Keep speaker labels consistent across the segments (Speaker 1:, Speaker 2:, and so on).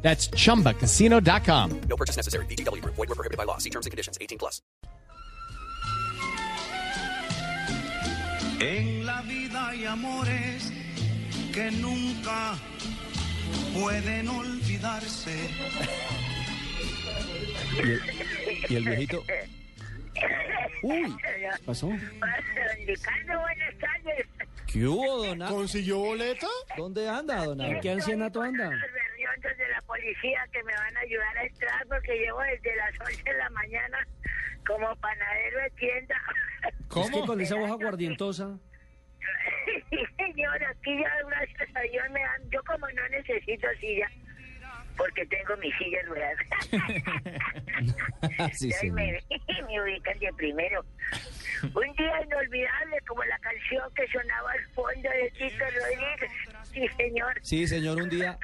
Speaker 1: That's chumbacasino.com.
Speaker 2: No purchase necessary. BGW. Void were prohibited by law. See terms and conditions. 18 plus.
Speaker 3: En la vida hay amores que nunca pueden olvidarse.
Speaker 4: Y el viejito. Uy, ¿qué pasó?
Speaker 5: Ricardo, buenas tardes.
Speaker 4: ¿Qué hubo, Donado?
Speaker 6: ¿Consiguió boleta?
Speaker 4: ¿Dónde anda, Donado? ¿Qué ancianato anda?
Speaker 5: Los berriondos de la policía que me van a ayudar a entrar porque llevo desde las 11 de la mañana como panadero de tienda.
Speaker 4: ¿Cómo? Es que con esa voz aguardientosa.
Speaker 5: Sí, señor, aquí ya gracias a Dios me dan. Yo como no necesito silla porque tengo mi silla rueda.
Speaker 4: sí,
Speaker 5: Ahí
Speaker 4: señor.
Speaker 5: me, me ubican de primero. Un día inolvidable como la canción que sonaba al fondo de Tito Rodríguez. Sí, señor.
Speaker 4: Sí, señor, un día,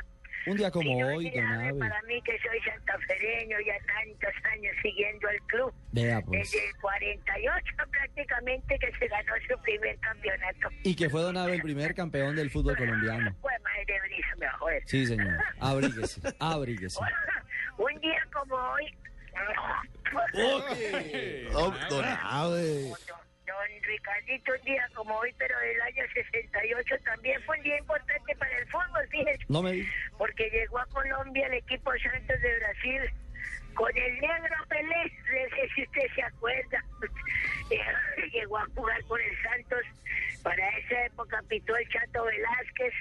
Speaker 4: un día como hoy,
Speaker 5: Inolvidable
Speaker 4: Donado.
Speaker 5: Para mí que soy santafereño ya tantos años siguiendo al club.
Speaker 4: Vea, pues.
Speaker 5: Desde el 48 prácticamente que se ganó su primer campeonato.
Speaker 4: Y que fue Donado el primer campeón del fútbol colombiano.
Speaker 5: Pues madre brisa, me va a joder.
Speaker 4: Sí, señor. Abríguese, abríguese.
Speaker 5: Un día como hoy. Don, don Ricardito, un día como hoy, pero del año 68 también fue un día importante para el fútbol, fíjese.
Speaker 4: No me di-
Speaker 5: porque llegó a Colombia el equipo Santos de Brasil con el negro Pelé, no sé si usted se acuerda, eh, llegó a jugar con el Santos, para esa época pitó el Chato Velázquez,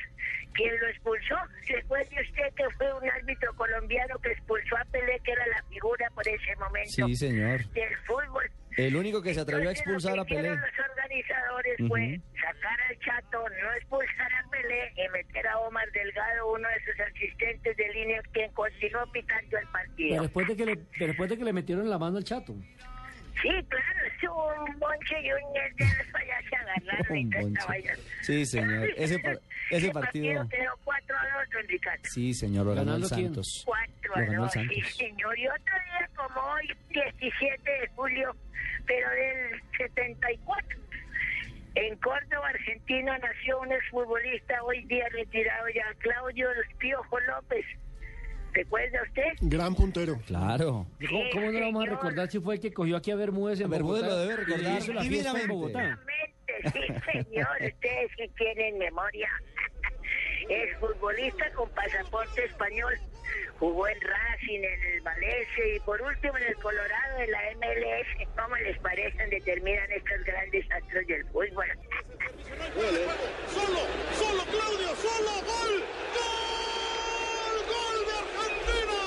Speaker 5: quien lo expulsó, recuerde usted que fue un árbitro colombiano que expulsó a Pelé, que era la figura por ese momento
Speaker 4: Sí, señor.
Speaker 5: del fútbol.
Speaker 4: El único que se atrevió a
Speaker 5: Entonces,
Speaker 4: expulsar
Speaker 5: lo
Speaker 4: a
Speaker 5: que hicieron
Speaker 4: Pelé.
Speaker 5: Los organizadores fue sacar al Chato, no expulsar a Pelé y meter a Omar Delgado, uno de sus asistentes de línea, quien continuó pitando el partido.
Speaker 7: Pero después de que le, pero después de que le metieron la mano al chato.
Speaker 5: Sí, claro, es un bonche y un ñez de los payasos se agarraron y
Speaker 4: Un
Speaker 5: toda esta
Speaker 4: bonche.
Speaker 5: vaina.
Speaker 4: Sí, señor. Ese, par- ese partido.
Speaker 5: quedó 4 a 2, don Ricardo.
Speaker 4: Sí, señor, lo ganó el
Speaker 7: ¿Ganando quién?
Speaker 4: Santos.
Speaker 5: 4
Speaker 4: Lo
Speaker 5: a
Speaker 4: ganó el
Speaker 5: 2, sí,
Speaker 4: Santos.
Speaker 5: señor. Y otro día como hoy, 17 de julio, pero del 74. En Córdoba, Argentina, nació un exfutbolista hoy día retirado ya, Claudio Piojo López. ¿Recuerda usted?
Speaker 6: Gran puntero.
Speaker 4: Claro.
Speaker 7: ¿Cómo, cómo no lo vamos a
Speaker 5: señor.
Speaker 7: recordar si fue el que cogió aquí a Bermúdez en
Speaker 4: Bermúdez
Speaker 7: Bogotá?
Speaker 4: lo debe recordar
Speaker 7: y hizo la fiesta
Speaker 4: divinamente.
Speaker 7: en Bogotá.
Speaker 5: Exactamente, sí, señor. Ustedes sí tienen memoria. Es futbolista con pasaporte español. Jugó en Racing, en el Valencia y por último en el Colorado de la MLS. ¿Cómo les parecen determinan estos grandes astros del fútbol?
Speaker 6: Solo, solo Claudio, solo gol. Gol, gol de Argentina.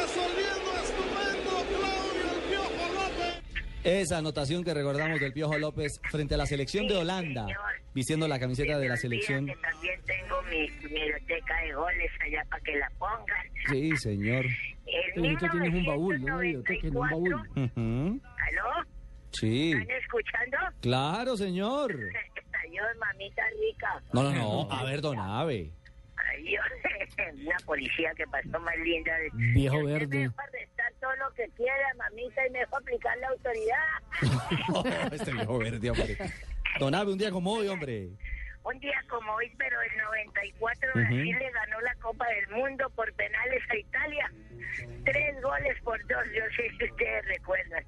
Speaker 6: Resolviendo estupendo Claudio el Piojo López.
Speaker 4: Esa anotación que recordamos del Piojo López frente a la selección de Holanda, vistiendo la camiseta de la
Speaker 5: Se me olvida
Speaker 4: selección.
Speaker 5: que También tengo mi biblioteca de goles allá para que la pongan.
Speaker 4: Sí, señor.
Speaker 5: En
Speaker 7: Pero tú tienes un baúl, ¿no? Biblioteca en un baúl.
Speaker 5: 1994,
Speaker 4: Ujú.
Speaker 5: ¿Aló?
Speaker 4: Sí.
Speaker 5: ¿Están escuchando?
Speaker 4: Claro, señor.
Speaker 5: Adiós, mamita rica.
Speaker 4: No, no, no. A ver, don Ave.
Speaker 5: Adiós. Una policía que pasó más linda. de-
Speaker 7: Viejo
Speaker 5: Usted
Speaker 7: verde.
Speaker 5: Me dejó arrestar todo lo que quiera, mamita, y me dejó aplicar la autoridad.
Speaker 4: este viejo verde, hombre. Don Ave, un día como hoy, hombre.
Speaker 5: Un día como hoy, pero el 94, Brasil le ganó la Copa del Mundo por penales a Italia. Tres goles por dos, yo sé si ustedes recuerdan.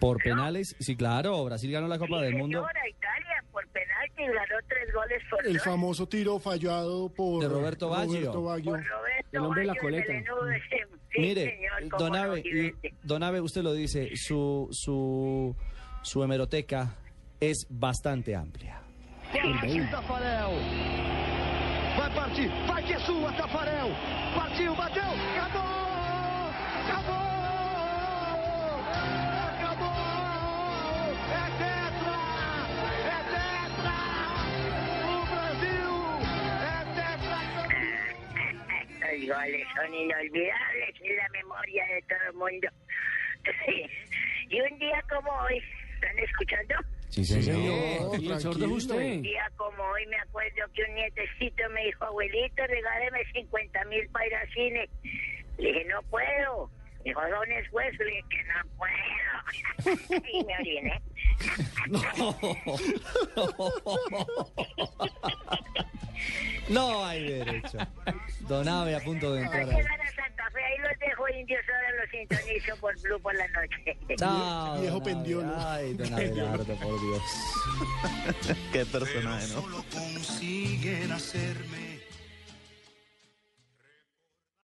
Speaker 4: Por penales, sí, claro. Brasil ganó la Copa
Speaker 5: Sí,
Speaker 4: del Mundo
Speaker 5: señora, Italia por penalti ganó tres goles por
Speaker 6: El
Speaker 5: dos.
Speaker 6: famoso tiro fallado por
Speaker 4: De Roberto Baggio.
Speaker 6: Roberto Baggio.
Speaker 5: Roberto
Speaker 7: El hombre de la
Speaker 5: Bayo,
Speaker 7: coleta. eh,
Speaker 5: melenudo ese. Sí,
Speaker 4: Mire,
Speaker 5: señor, cómo
Speaker 4: don
Speaker 5: no,
Speaker 4: Ave,
Speaker 5: Gilberto.
Speaker 4: don Ave, usted lo dice, su, su, su hemeroteca es bastante amplia.
Speaker 8: Partiu Tafarel. Vai partir. Vai que é sua, Tafarel. Partiu, bateu. Acabou! Acabou! Acabou! É tetra! É tetra! O Brasil é tetra!
Speaker 5: Ay, ay, goles son inolvidables en la memoria de todo el mundo. y un día como hoy, ¿están escuchando?
Speaker 4: Sí, señor.
Speaker 7: Y el sordo es usted.
Speaker 5: Un día como hoy me acuerdo que un nietecito me dijo, abuelito, regáleme 50 mil para ir al cine. Le dije, no puedo. Me Dijo, ¿dónde es hueso? Le dije, que no puedo. y me oriné.
Speaker 4: No hay derecho. Don Abe a punto de
Speaker 5: Para
Speaker 4: entrar ahí.
Speaker 5: llegar a Santa Fe, ahí los dejo indios, ahora los sintonizo por Blue por la noche.
Speaker 4: No,
Speaker 9: Viejo
Speaker 4: don Abe,
Speaker 9: pendiolo.
Speaker 4: Ay, don Abelardo, por Dios.
Speaker 8: Qué personaje, ¿no?
Speaker 3: Solo consiguen hacerme